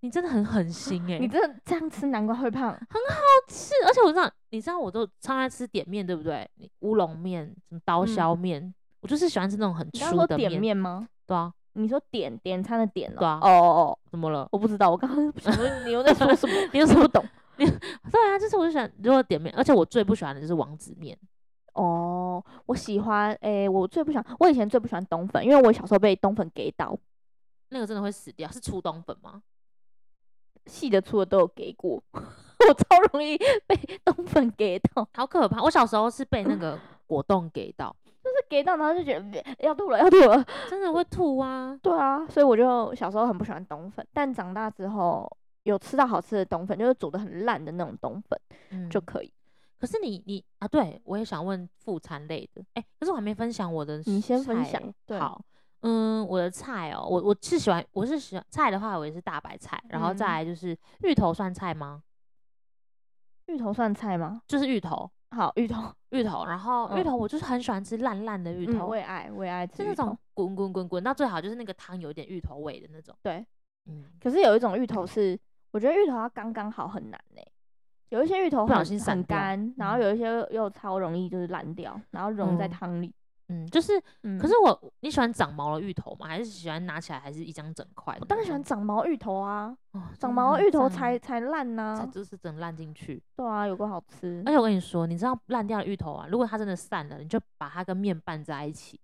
你真的很狠心欸诶、你真的这样吃难怪会胖。是，而且我知道，你知道我都超爱吃点面，对不对？你乌龙面、什么刀嗯削面，我就是喜欢吃那种很你刚粗说的点面吗？对啊，你说点点餐的点哦、对啊哦哦哦，怎么了？我不知道，我刚刚 想说你又在说 什么你有什么不懂？对啊，就是我就喜欢，如果点面，而且我最不喜欢的就是王子面。哦，我喜欢，诶、我最不喜欢，我以前最不喜欢冬粉，因为我小时候被冬粉给到，那个真的会死掉，是初冬粉吗？细的粗的都有给过， 我超容易被 冬粉给到，好可怕！我小时候是被那个果冻给到，就是给到然后就觉得呃要吐了要吐了，真的会吐啊。对啊，所以我就小时候很不喜欢冬粉，但长大之后有吃到好吃的冬粉，就是煮的很烂的那种冬粉嗯，就可以。可是你你啊，对我也想问副餐类的，哎、可是我还没分享我的，欸你先分享对好，嗯，我的菜哦，我我是喜欢，我是喜欢菜的话，我也是大白菜，然后再嗯来就是芋头算菜吗？芋头算菜吗？就是芋头，好，芋头，芋头，然后嗯芋头我就是很喜欢吃烂烂的芋嗯头，我也爱，我也爱吃是那芋头种滚滚滚滚到最好就是那个汤有一点芋头味的那种。对，嗯，可是有一种芋头是，我觉得芋头它刚刚好很难呢、有一些芋头不小很心散很掉干，然后嗯有一些又又超容易就是烂掉，然后融在嗯汤里。嗯，就是，嗯可是我你喜欢长毛的芋头吗？还是喜欢拿起来还是一张整块的那种？我当然喜欢长毛芋头啊，哦长毛芋头才啊才才烂呐、才就是整烂进去。对啊，有个好吃而。且我跟你说，你知道烂掉的芋头啊，如果它真的散了，你就把它跟面拌在一起，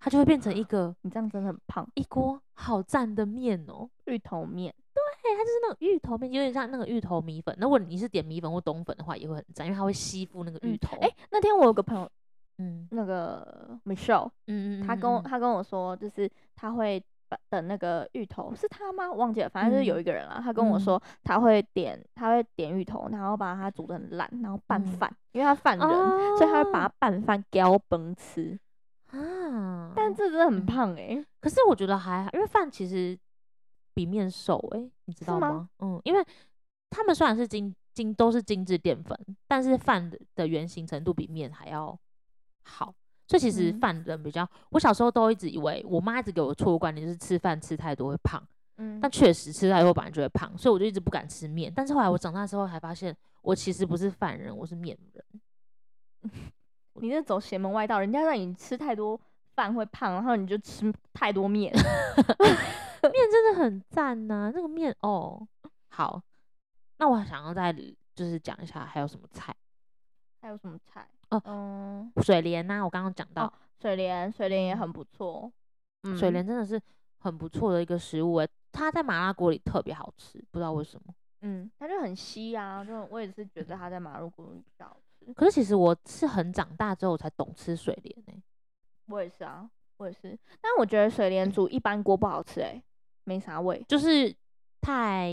它就会变啊成一个你这样真的很胖，一锅好赞的面哦。芋头面就是那种芋头面，有点像那个芋头米粉。如果你是点米粉或冬粉的话，也会很赞，因为它会吸附那个芋嗯头。哎、那天我有个朋友，嗯那个 Michelle，嗯嗯，他跟我嗯他跟我说，就是他会把等那个芋头，是他吗？我忘记了，反正就是有嗯一个人啊，他跟我嗯说他会点他会点芋头，然后把它煮的很烂，然后拌嗯饭，因为他饭人，哦所以他会把它拌饭浇崩吃。啊，但这真的很嗯胖欸诶、可是我觉得还好，因为饭其实比面瘦诶、你知是道吗吗？嗯，因为他们虽然是精精都是精致淀粉，但是饭的的原型程度比面还要好。所以其实嗯饭人比较，我小时候都一直以为我妈一直给我错误观念，就是吃饭吃太多会胖，嗯但确实吃太多本来就会胖，所以我就一直不敢吃面。但是后嗯来我长大之后才发现，我其实不是饭人，我是面人。你这走邪门歪道，人家让你吃太多饭会胖，然后你就吃太多面。 面真的很赞呐、那个面哦。好，那我想要再就是讲一下还有什么菜，还有什么菜？哦嗯，水莲呐、我刚刚讲到、哦水莲，水莲也很不错。嗯，水莲真的是很不错的一个食物诶、它在麻辣锅里特别好吃，不知道为什么。嗯，它就很稀啊，就我也是觉得它在马路锅比较好吃。可是其实我是很长大之后我才懂吃水莲欸诶、我也是啊，我也是。但我觉得水莲煮一般锅不好吃、欸，没啥味，就是太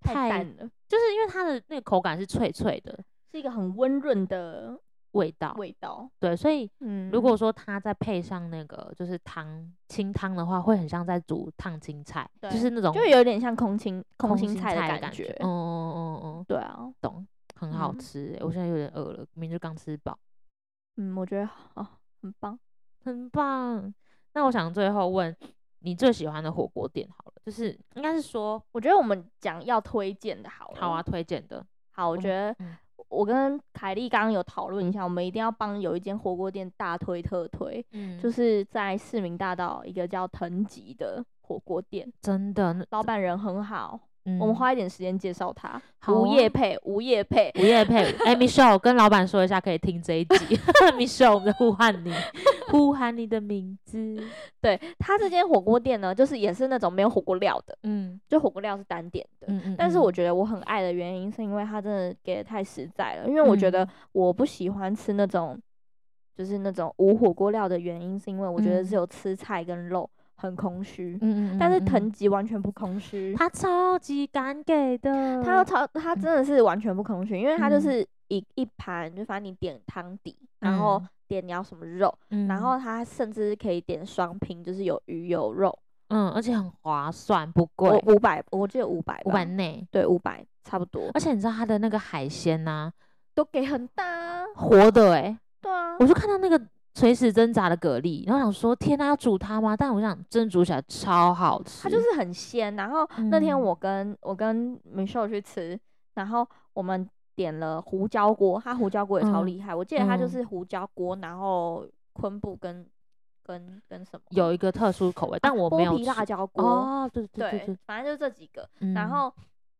太太淡了，就是因为它的那个口感是脆脆的是一个很温润的味道，味道。对，所以哦嗯，如果说它再配上那个就是汤清汤的话，会很像在煮烫青菜，就对是那种就有点像空心空心心菜的的感觉。嗯嗯嗯嗯，对啊，懂，很好嗯吃、欸。我现在有点饿了，明明就刚吃饱，嗯，我觉得好，很棒。很棒。那我想最后问你最喜欢的火锅店好了，就是应该是说我觉得我们讲要推荐的好了。好啊，，推荐的，好，我嗯觉得嗯我跟凯莉刚刚有讨论一下，我们一定要帮有一间火锅店大推特推，嗯，就是是在市民大道一个叫藤吉的火锅店，真的那老板人很好，嗯我们花一点时间介绍它。好无啊业配，无业配，午夜配，哎、m i c h e l l e 跟老板说一下，可以听这一集。Michelle，我们在呼喊你，呼喊你的名 字。对它这间火锅店呢，就是也是那种没有火锅料的，嗯就火锅料是单点的。嗯嗯。但是我嗯觉得我很爱的原因，是因为它真的给的太实在了。因为我觉得嗯我不喜欢吃那种，就是那种无火锅料的原因，是因为我觉得嗯只有吃菜跟肉很空虚，嗯嗯嗯但是嗯藤吉完全不空虚，嗯他超级敢给的，它超它真的是完全不空虚，因为它就嗯是一一盘，就反正你点汤底，然后嗯点你要什么肉，嗯然后它甚至可以点双拼，就是有鱼有肉，嗯，而且很划算，不贵，我五百，我记得五百，五百，内。对，五百差不多，而且你知道他的那个海鲜呐、都给很大啊，活的哎、对啊，我就看到那个垂死挣扎的蛤蜊，然后想说天呐，要煮它吗？但我想真的煮起来超好吃，嗯它就是很鲜。然后那天我跟、我跟 Michelle 去吃，然后我们点了胡椒锅，它胡椒锅也超嗯厉害，我记得它就嗯是胡椒锅，然后昆布跟跟跟什么，有一个特殊口味，但我没有啊剥皮辣吃椒锅，哦，对对对对对，反正就这几个。嗯然后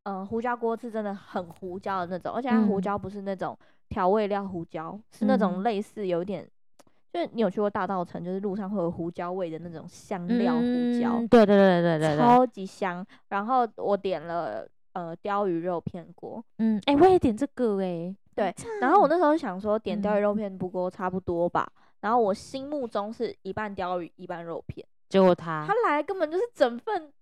呃，胡椒锅是真的很胡椒的那种，而且它胡嗯椒不是那种调味料胡椒，是那种嗯类似有点。就是你有去过大稻城，就是路上会有胡椒味的那种香料胡椒，嗯对对对对对对，超级香。然后我点了呃鲷鱼肉片锅，嗯，哎、我也点这个哎、对很赞然后我那时候想说点鲷鱼嗯肉片不锅差不多吧，然后我心目中是一半鲷鱼一半肉片，结果它它来根本就是整份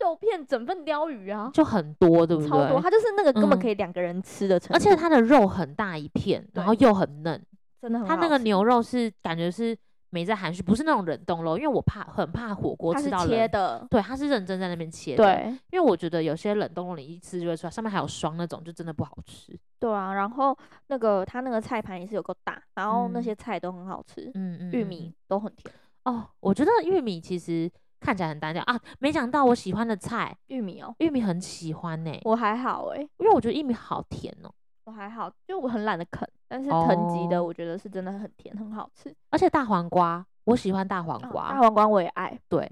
肉片整份鲷鱼啊，就很多，对不对？超多，它就是那个根本嗯可以两个人吃的程度，而且它的肉很大一片，然后又很嫩，真的很它那好个吃牛肉是感觉是没在含蓄，不是那种冷冻肉，因为我怕很怕火锅它吃是到切冷。的，对，它是认真在那边切的。，对因为我觉得有些冷冻肉你一吃就会出来，上面还有霜那种，就真的不好吃。对啊。然后那个它那个菜盘也是有够大，然后那嗯些菜都很好吃，嗯嗯，玉嗯米都很甜，哦，我觉得玉米其实看起来很单调啊，没想到我喜欢的菜，玉米哦，玉米很喜欢呢、我还好诶、因为我觉得玉米好甜哦、我还好，就我很懒得啃，但是藤吉的哦我觉得是真的很甜，很好吃。而且大黄瓜，我喜欢大黄啊瓜。大黄瓜我也爱，对，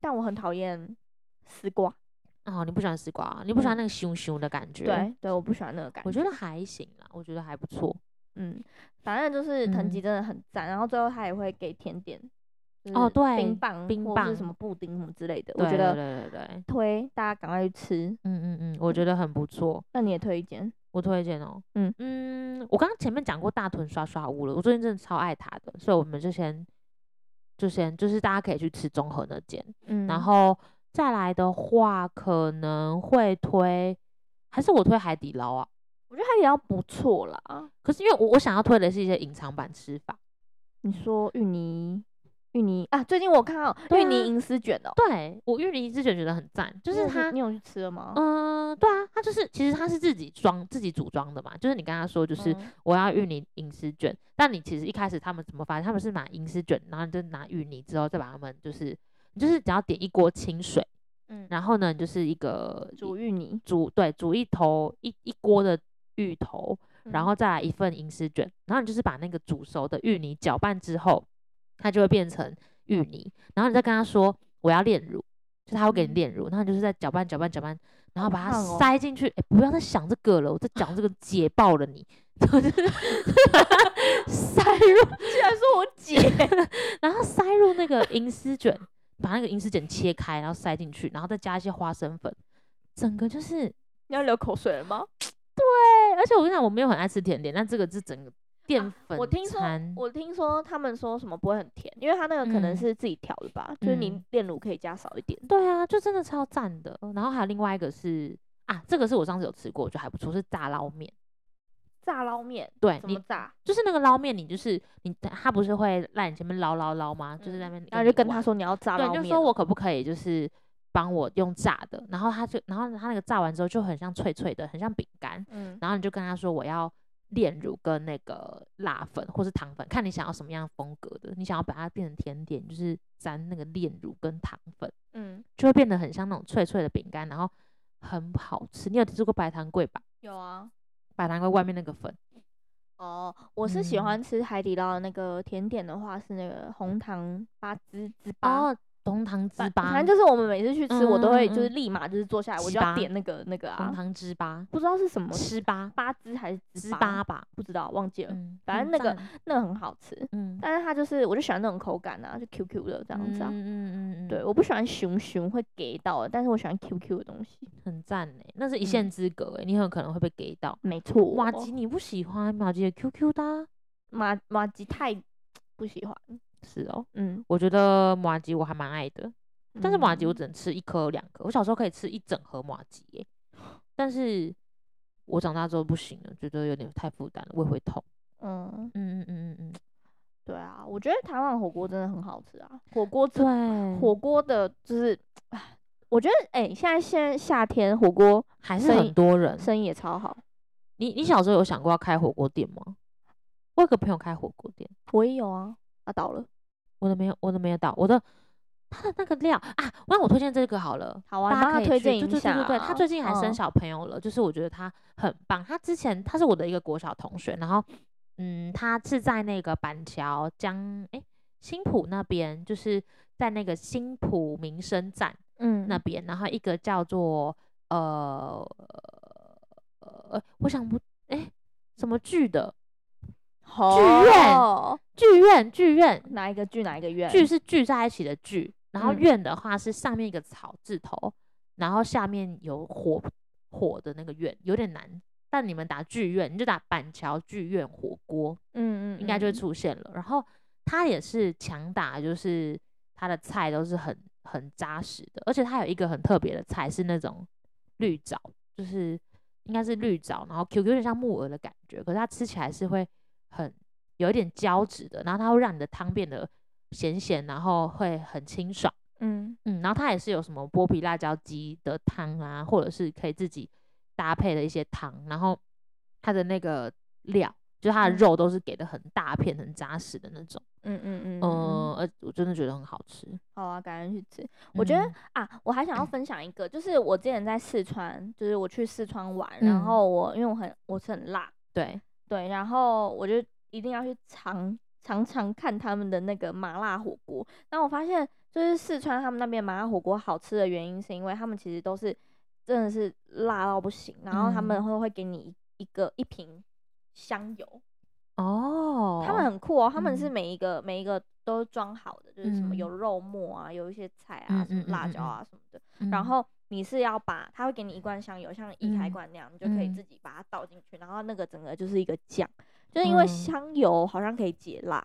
但我很讨厌丝瓜。哦，你不喜欢丝瓜，你不喜欢嗯那个熊熊的感觉。对对，我不喜欢那个感我觉得还行啦，我觉得还不错。嗯，反正就是藤吉嗯真的很赞，然后最后他也会给甜点，就是哦对冰棒、冰或者是什棒么布丁什么之类的，我对觉得对对对对，推大家赶快去吃。嗯嗯嗯，我觉得很不错，那你也推荐？我推荐哦。嗯嗯，我刚刚前面讲过大屯刷刷屋了，我最近真的超爱它的，所以我们就先就先就是大家可以去吃综合那间，嗯然后再来的话可能会推，还是我推海底捞啊。我觉得海底捞不错啦。可是因为我我想要推的是一些隐藏版吃法，你说芋泥，芋泥啊，最近我看到对芋泥啊银丝卷哦，对我芋泥之卷觉得很赞，就就是它你有去吃了吗？嗯，对啊，他就是其实他是自己装自己组装的嘛，就是你跟他说就是嗯我要芋泥银丝卷，但你其实一开始他们怎么发现他们是拿银丝卷，然后你就拿芋泥之后再把它们就是你就是只要点一锅清水，嗯，然后呢你就是一个煮芋泥，煮对煮一头一一锅的芋头，然嗯后再来一份银丝卷，然后你就是把那个煮熟的芋泥搅拌之后，它就会变成芋泥，然后你再跟他说我要炼乳，就他会给你嗯炼乳，然后你就是在搅拌搅拌搅拌，然后好把它烫哦塞进去。哎、不要再想这个了，我在讲这个解爆了你， 塞 入，居然说我姐 然后塞入那个银丝卷，把那个银丝卷切开，然后塞进去，然后再加一些花生粉，整个就是你要流口水了吗？对，而且我跟你讲，我没有很爱吃甜点，但这个是整个淀粉、餐。啊我听说，我听说他们说什么不会很甜，因为它那个可能嗯是自己调的吧，就是你嗯炼乳可以加少一点。对啊，就真的超赞的。然后还有另外一个是啊，这个是我上次有吃过，我觉得还不错，是炸捞面。炸捞面对怎你么炸？就是那个捞面，你就是你，它不是会在你前面捞捞捞吗？就是在那边，嗯然后就跟他，说你要炸对，捞就面，哦说我可不可以就是帮我用炸的？然后他就，然后他那个炸完之后就很像脆脆的，很像饼干。嗯然后你就跟他说我要炼乳跟那个辣粉或是糖粉，看你想要什么样风格的，你想要把它变成甜点，就是沾那个炼乳跟糖粉。嗯就会变得很像那种脆脆的饼干，然后很好吃。你有吃过白糖桂吧？有啊。白糖桂外面那个粉，哦，我是喜嗯欢吃海底捞的那个甜点的话是那个红糖八芝芝巴，哦，红糖糍反粑，反正就是我们每次去吃，我都会嗯嗯就是嗯立马就是坐下来，我就糍要粑点那个那个红啊，糖糍粑、不知道是什么糍粑、八汁还是糍糍粑吧，不知道忘记了，嗯，反很正那个赞那个很好吃，嗯但是它就是我就喜欢那种口感啊，就 Q Q 的这样子啊。嗯嗯嗯嗯，对，我不喜欢熊熊会给到的，但是我喜欢 Q Q 的东西。很赞诶，那是一线嗯之隔诶，你很可能会被给到。没错，马吉你不喜欢，马吉也 QQ 的啊、马马吉太不喜欢，是哦。嗯，我觉得马吉我还蛮爱的，但是马吉我嗯只能吃一颗两颗。我小时候可以吃一整盒马吉耶，但是我长大之后不行了，觉得有点太负担了，胃会痛。嗯，嗯嗯嗯嗯对啊，我觉得台湾火锅真的很好吃啊，火锅真嗯，对，火锅的就是，唉我觉得哎、现在现在夏天火锅还是生很意多人。生意也超好，你你小时候有想过要开火锅店吗？我有个朋友开火锅店，我也有啊，啊倒了，我的没有，我的没有到，我的他的那个料啊，那我推荐这个好了。好啊，大你家哦帮可以推去荐对一对下啊、对对对，他最近还生嗯小朋友了，就是我觉得他很棒。他之前他是我的一个国小同学，然后嗯，他是在那个板桥江诶新浦那边，就是在那个新浦民生站嗯那边，然后一个叫做呃呃，我想不诶什么剧的剧院院剧院剧院哪一个剧哪一个院聚是聚在一起的聚，然后嗯院的话是上面一个草字头，然后下面有火火的那个院，有点难。但你们打剧院，你就打板桥剧院火锅，嗯嗯应该就会嗯出现了。然后它也是强打，就是它的菜都是很很扎实的，而且它有一个很特别的菜是那种绿藻，就是应该是绿藻，然后 Q Q 有点像木耳的感觉，可是它吃起来是会很有一点胶质的，然后它会让你的汤变得咸咸，然后会很清爽。嗯嗯，然后它也是有什么剥皮辣椒鸡的汤啊，或者是可以自己搭配的一些汤，然后它的那个料，就是它的嗯肉都是给的很大片、很扎实的那种。嗯嗯嗯，嗯，呃，我真的觉得很好吃。好啊，赶紧去吃。我觉得、嗯啊，我还想要分享一个，就是我之前在四川，就是我去四川玩，然嗯后我因为我很我是很辣，对，对，然后我就一定要去尝尝尝看他们的那个麻辣火锅。然后我发现，就是四川他们那边麻辣火锅好吃的原因，是因为他们其实都是真的是辣到不行，然后他们嗯会会给你一一个一瓶香油，哦，他们很酷哦，他们是嗯每一个、每一个都装好的，就是什么嗯有肉末啊，有一些菜啊，嗯什么嗯嗯辣嗯椒啊什么的。嗯然后你是要把，他会给你一罐香油，像一开嗯罐那样，你就可以嗯自己把它倒进去。然后那个整个就是一个酱，就是因为嗯香油好像可以解辣，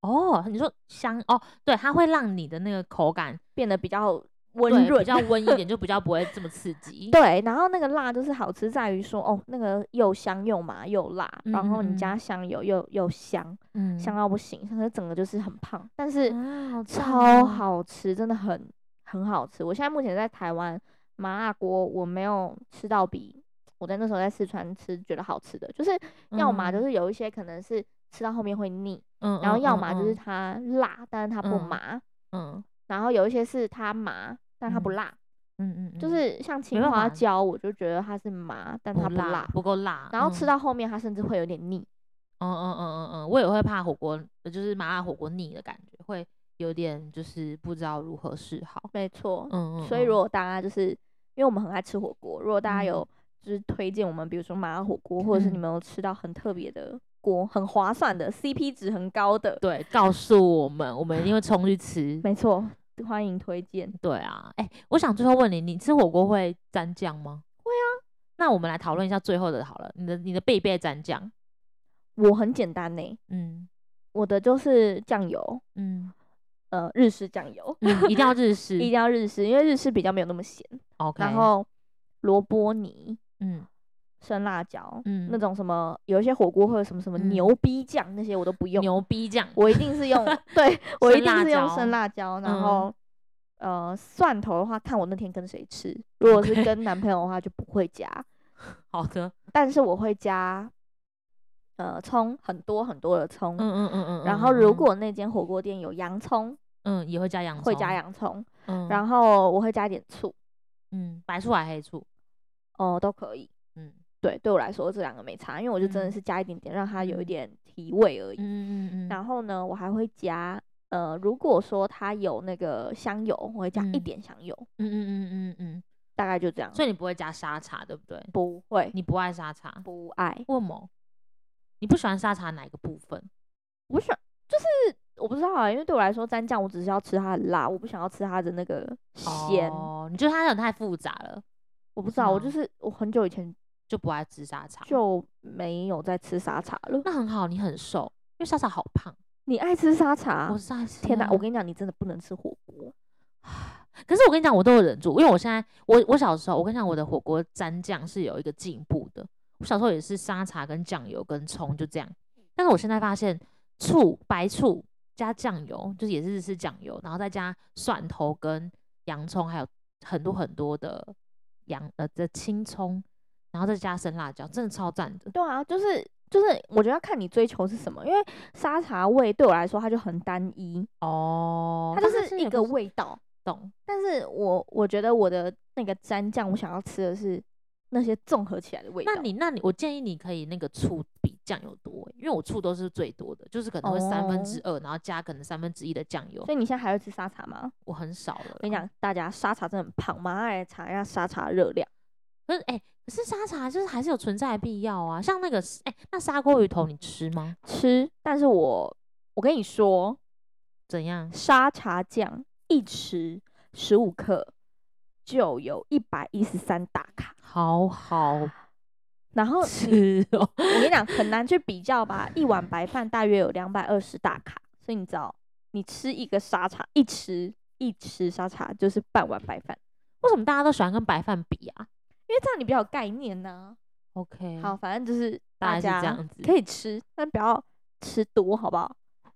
哦，你说香哦，对，它会让你的那个口感变得比较对温比润。较 温 一点，就比较不会这么刺激。对，然后那个辣就是好吃在于说，哦，那个又香又麻又辣，然后嗯嗯你嗯加香油又又香，嗯，香到不行，可是整个就是很胖，但是。啊，好赞超哦，好吃，真的很很好吃。我现在目前在台湾麻辣锅，我没有吃到比我在那时候在四川吃觉得好吃的，就是要么就嗯是有一些可能是吃到后面会腻，嗯，然后嗯要嗯么就是嗯它辣，但是它不嗯麻，嗯然后有一些是它麻，但它不嗯辣，嗯嗯，嗯就是像青办花法椒，我就觉得它是麻，但它不不辣辣，不够辣，然后吃嗯到后面它甚至会有点腻。嗯嗯嗯嗯嗯，我也会怕火锅，呃就是麻辣火锅腻的感觉，会有点就是不知道如何是好。没错，嗯嗯，所以如嗯果大家就是因为我们很爱吃火锅，如果大家嗯有就是推荐我们，比如说麻辣火锅，或者是你嗯们有吃到很特别的锅、很划算的、CP 值很高的，对告诉我们，我们因为冲去吃。没错，欢迎推荐。对啊，哎、我想最后问你，你吃火锅会沾酱吗？会啊。那我们来讨论一下最后的好了，你的你的贝贝蘸酱，我很简单呢、嗯我的就是酱油， 嗯呃，日式酱油，嗯，一定要日式一定要日式，因为日式比较没有那么咸。 ，OK。然后萝卜泥、嗯生辣椒，嗯那种什么，有一些火锅会有什么什么嗯牛逼酱那些我都不用，牛逼酱，我一定 是用，对我一生定辣是用椒生辣椒，嗯然后、呃蒜头的话，看我那天跟谁吃。如果是 OK 跟男朋友的话，就不会加，好的，但是我会加呃葱，很多很多的葱。嗯嗯嗯嗯。然嗯后如嗯果那间火锅店有洋葱，嗯也会加洋葱，会加，洋葱，嗯，然后我会加一点醋，嗯白醋还黑醋，哦、都可以。嗯对，对我来说这两个没差，因为我就真的嗯是加一点点，让它有嗯一点提味而已。嗯嗯嗯嗯，然后呢，我还会加呃，如果说它有那个香油，我会加一嗯点香油，嗯嗯嗯嗯嗯，大概就这样。所以嗯你不会加沙茶，对不对？不会，你不爱沙茶，不爱，为什么？你不喜欢沙茶哪个部分？我不喜欢，就是我不知道啊、因为对我来说蘸酱我只是要吃它的辣，我不想要吃它的那个咸。哦，你觉得它有点太复杂了，我不知道，我就吗是我很久以前就不爱吃沙茶。就没有在吃沙茶了。啊那很好，你很瘦，因为沙茶好胖。你爱吃沙茶我？是爱吃天哪！啊我跟你讲，你真的不能吃火锅。可是我跟你讲，我都有忍住，因为我现在我我小时候，我跟你讲，我的火锅蘸酱是有一个进步的。我小时候也是沙茶跟酱油跟葱就这样，但是我现在发现醋白醋加酱油，就是也是是酱油，然后再加蒜头跟洋葱，还有很多很多的洋呃的青葱，然后再加生辣椒，真的超赞的。对啊，就是就是，我觉得要看你追求是什么，因为沙茶味对我来说它就很单一，哦它就是一个味道。动但是我我觉得我的那个蘸酱，我想要吃的是那些综合起来的味道。那你那你，我建议你可以那个醋比酱油多欸，因为我醋都是最多的，就是可能会三分之二，然后加可能三分之一的酱油，哦所以你现在还会吃沙茶吗？我很少了。我跟你，讲，大家沙茶真的很胖，马上来查一下沙茶的热量。可是哎、可是沙茶就是还是有存在的必要啊。像那个哎、那砂锅鱼头你吃吗？吃，但是我我跟你说，怎样？沙茶酱一匙十五克就有一百一十三大卡，好好然后你吃哦，我跟你讲很难去比较吧，一碗白饭大约有两百二十大卡，所以你知道，你吃一个沙茶一匙一匙沙茶就是半碗白饭， 为什么大家都喜欢跟白饭比啊因为这样你比较有概念呢、 ？OK，好，，反正就是嗯大概是家这样子。可以吃，但不要吃多，好不好？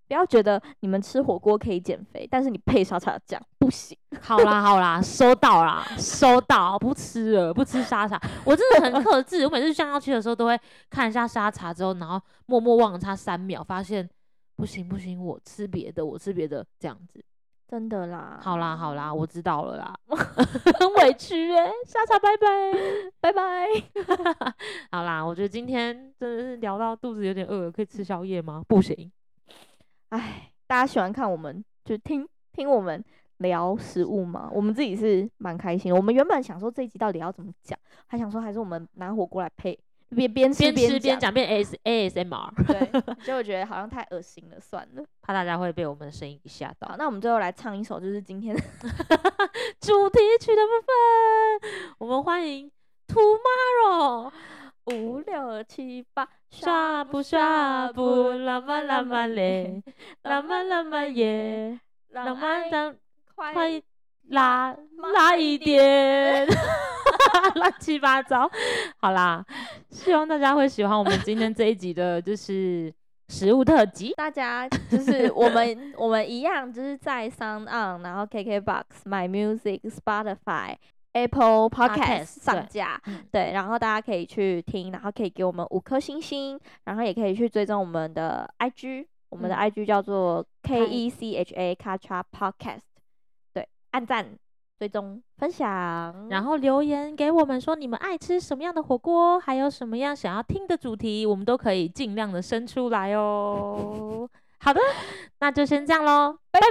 不要觉得你们吃火锅可以减肥，但是你配沙茶酱不行。好啦好啦，收到啦，收到，不吃了，不吃沙茶。我真的很克制，我每次降下去的时候都会看一下沙茶，之后然后默默望着它三秒，发现不行不行，我吃别的，我吃别的这样子。真的啦，好啦好啦，我知道了 啦，很委屈哎、沙茶拜拜，拜拜。好啦，我觉得今天真的是聊到肚子有点饿了，可以吃宵夜吗？不行，哎，大家喜欢看我们就听听我们聊食物吗？我们自己是蛮开心的。我们原本想说这一集到底要怎么讲，还想说还是我们拿火锅来配，边边吃边吃边边。讲边 AS ASMR， 对，所以我觉得好像太恶心了，算了。怕大家会被我们的声音给吓到好，。那我们最后来唱一首，就是今天的 主题曲的部分，我们欢迎 Tomorrow。五六七八，刷不刷不，浪漫浪漫嘞，浪漫浪漫耶，让浪漫的快快拉慢拉一一点， 乱七八糟。好啦，希望大家会喜欢我们今天这一集的，就是食物特辑。大家就是我们我们一样，就是在 Sound On，然后 KKBox、My Music、Spotify、Apple Podcast， Podcast 上对架嗯，对，然后大家可以去听，然后可以给我们五颗星星，然后也可以去追踪我们的 IG，我们的嗯 IG 叫做 K 嗨 E C H A 咔嚓 Podcast，对，按赞、追踪、分享，然后后留言给我们说你们爱吃什么样的火锅，还有什么样想要听的主题，我们都可以 尽量的生出来哦。好的，那就先这样喽，拜拜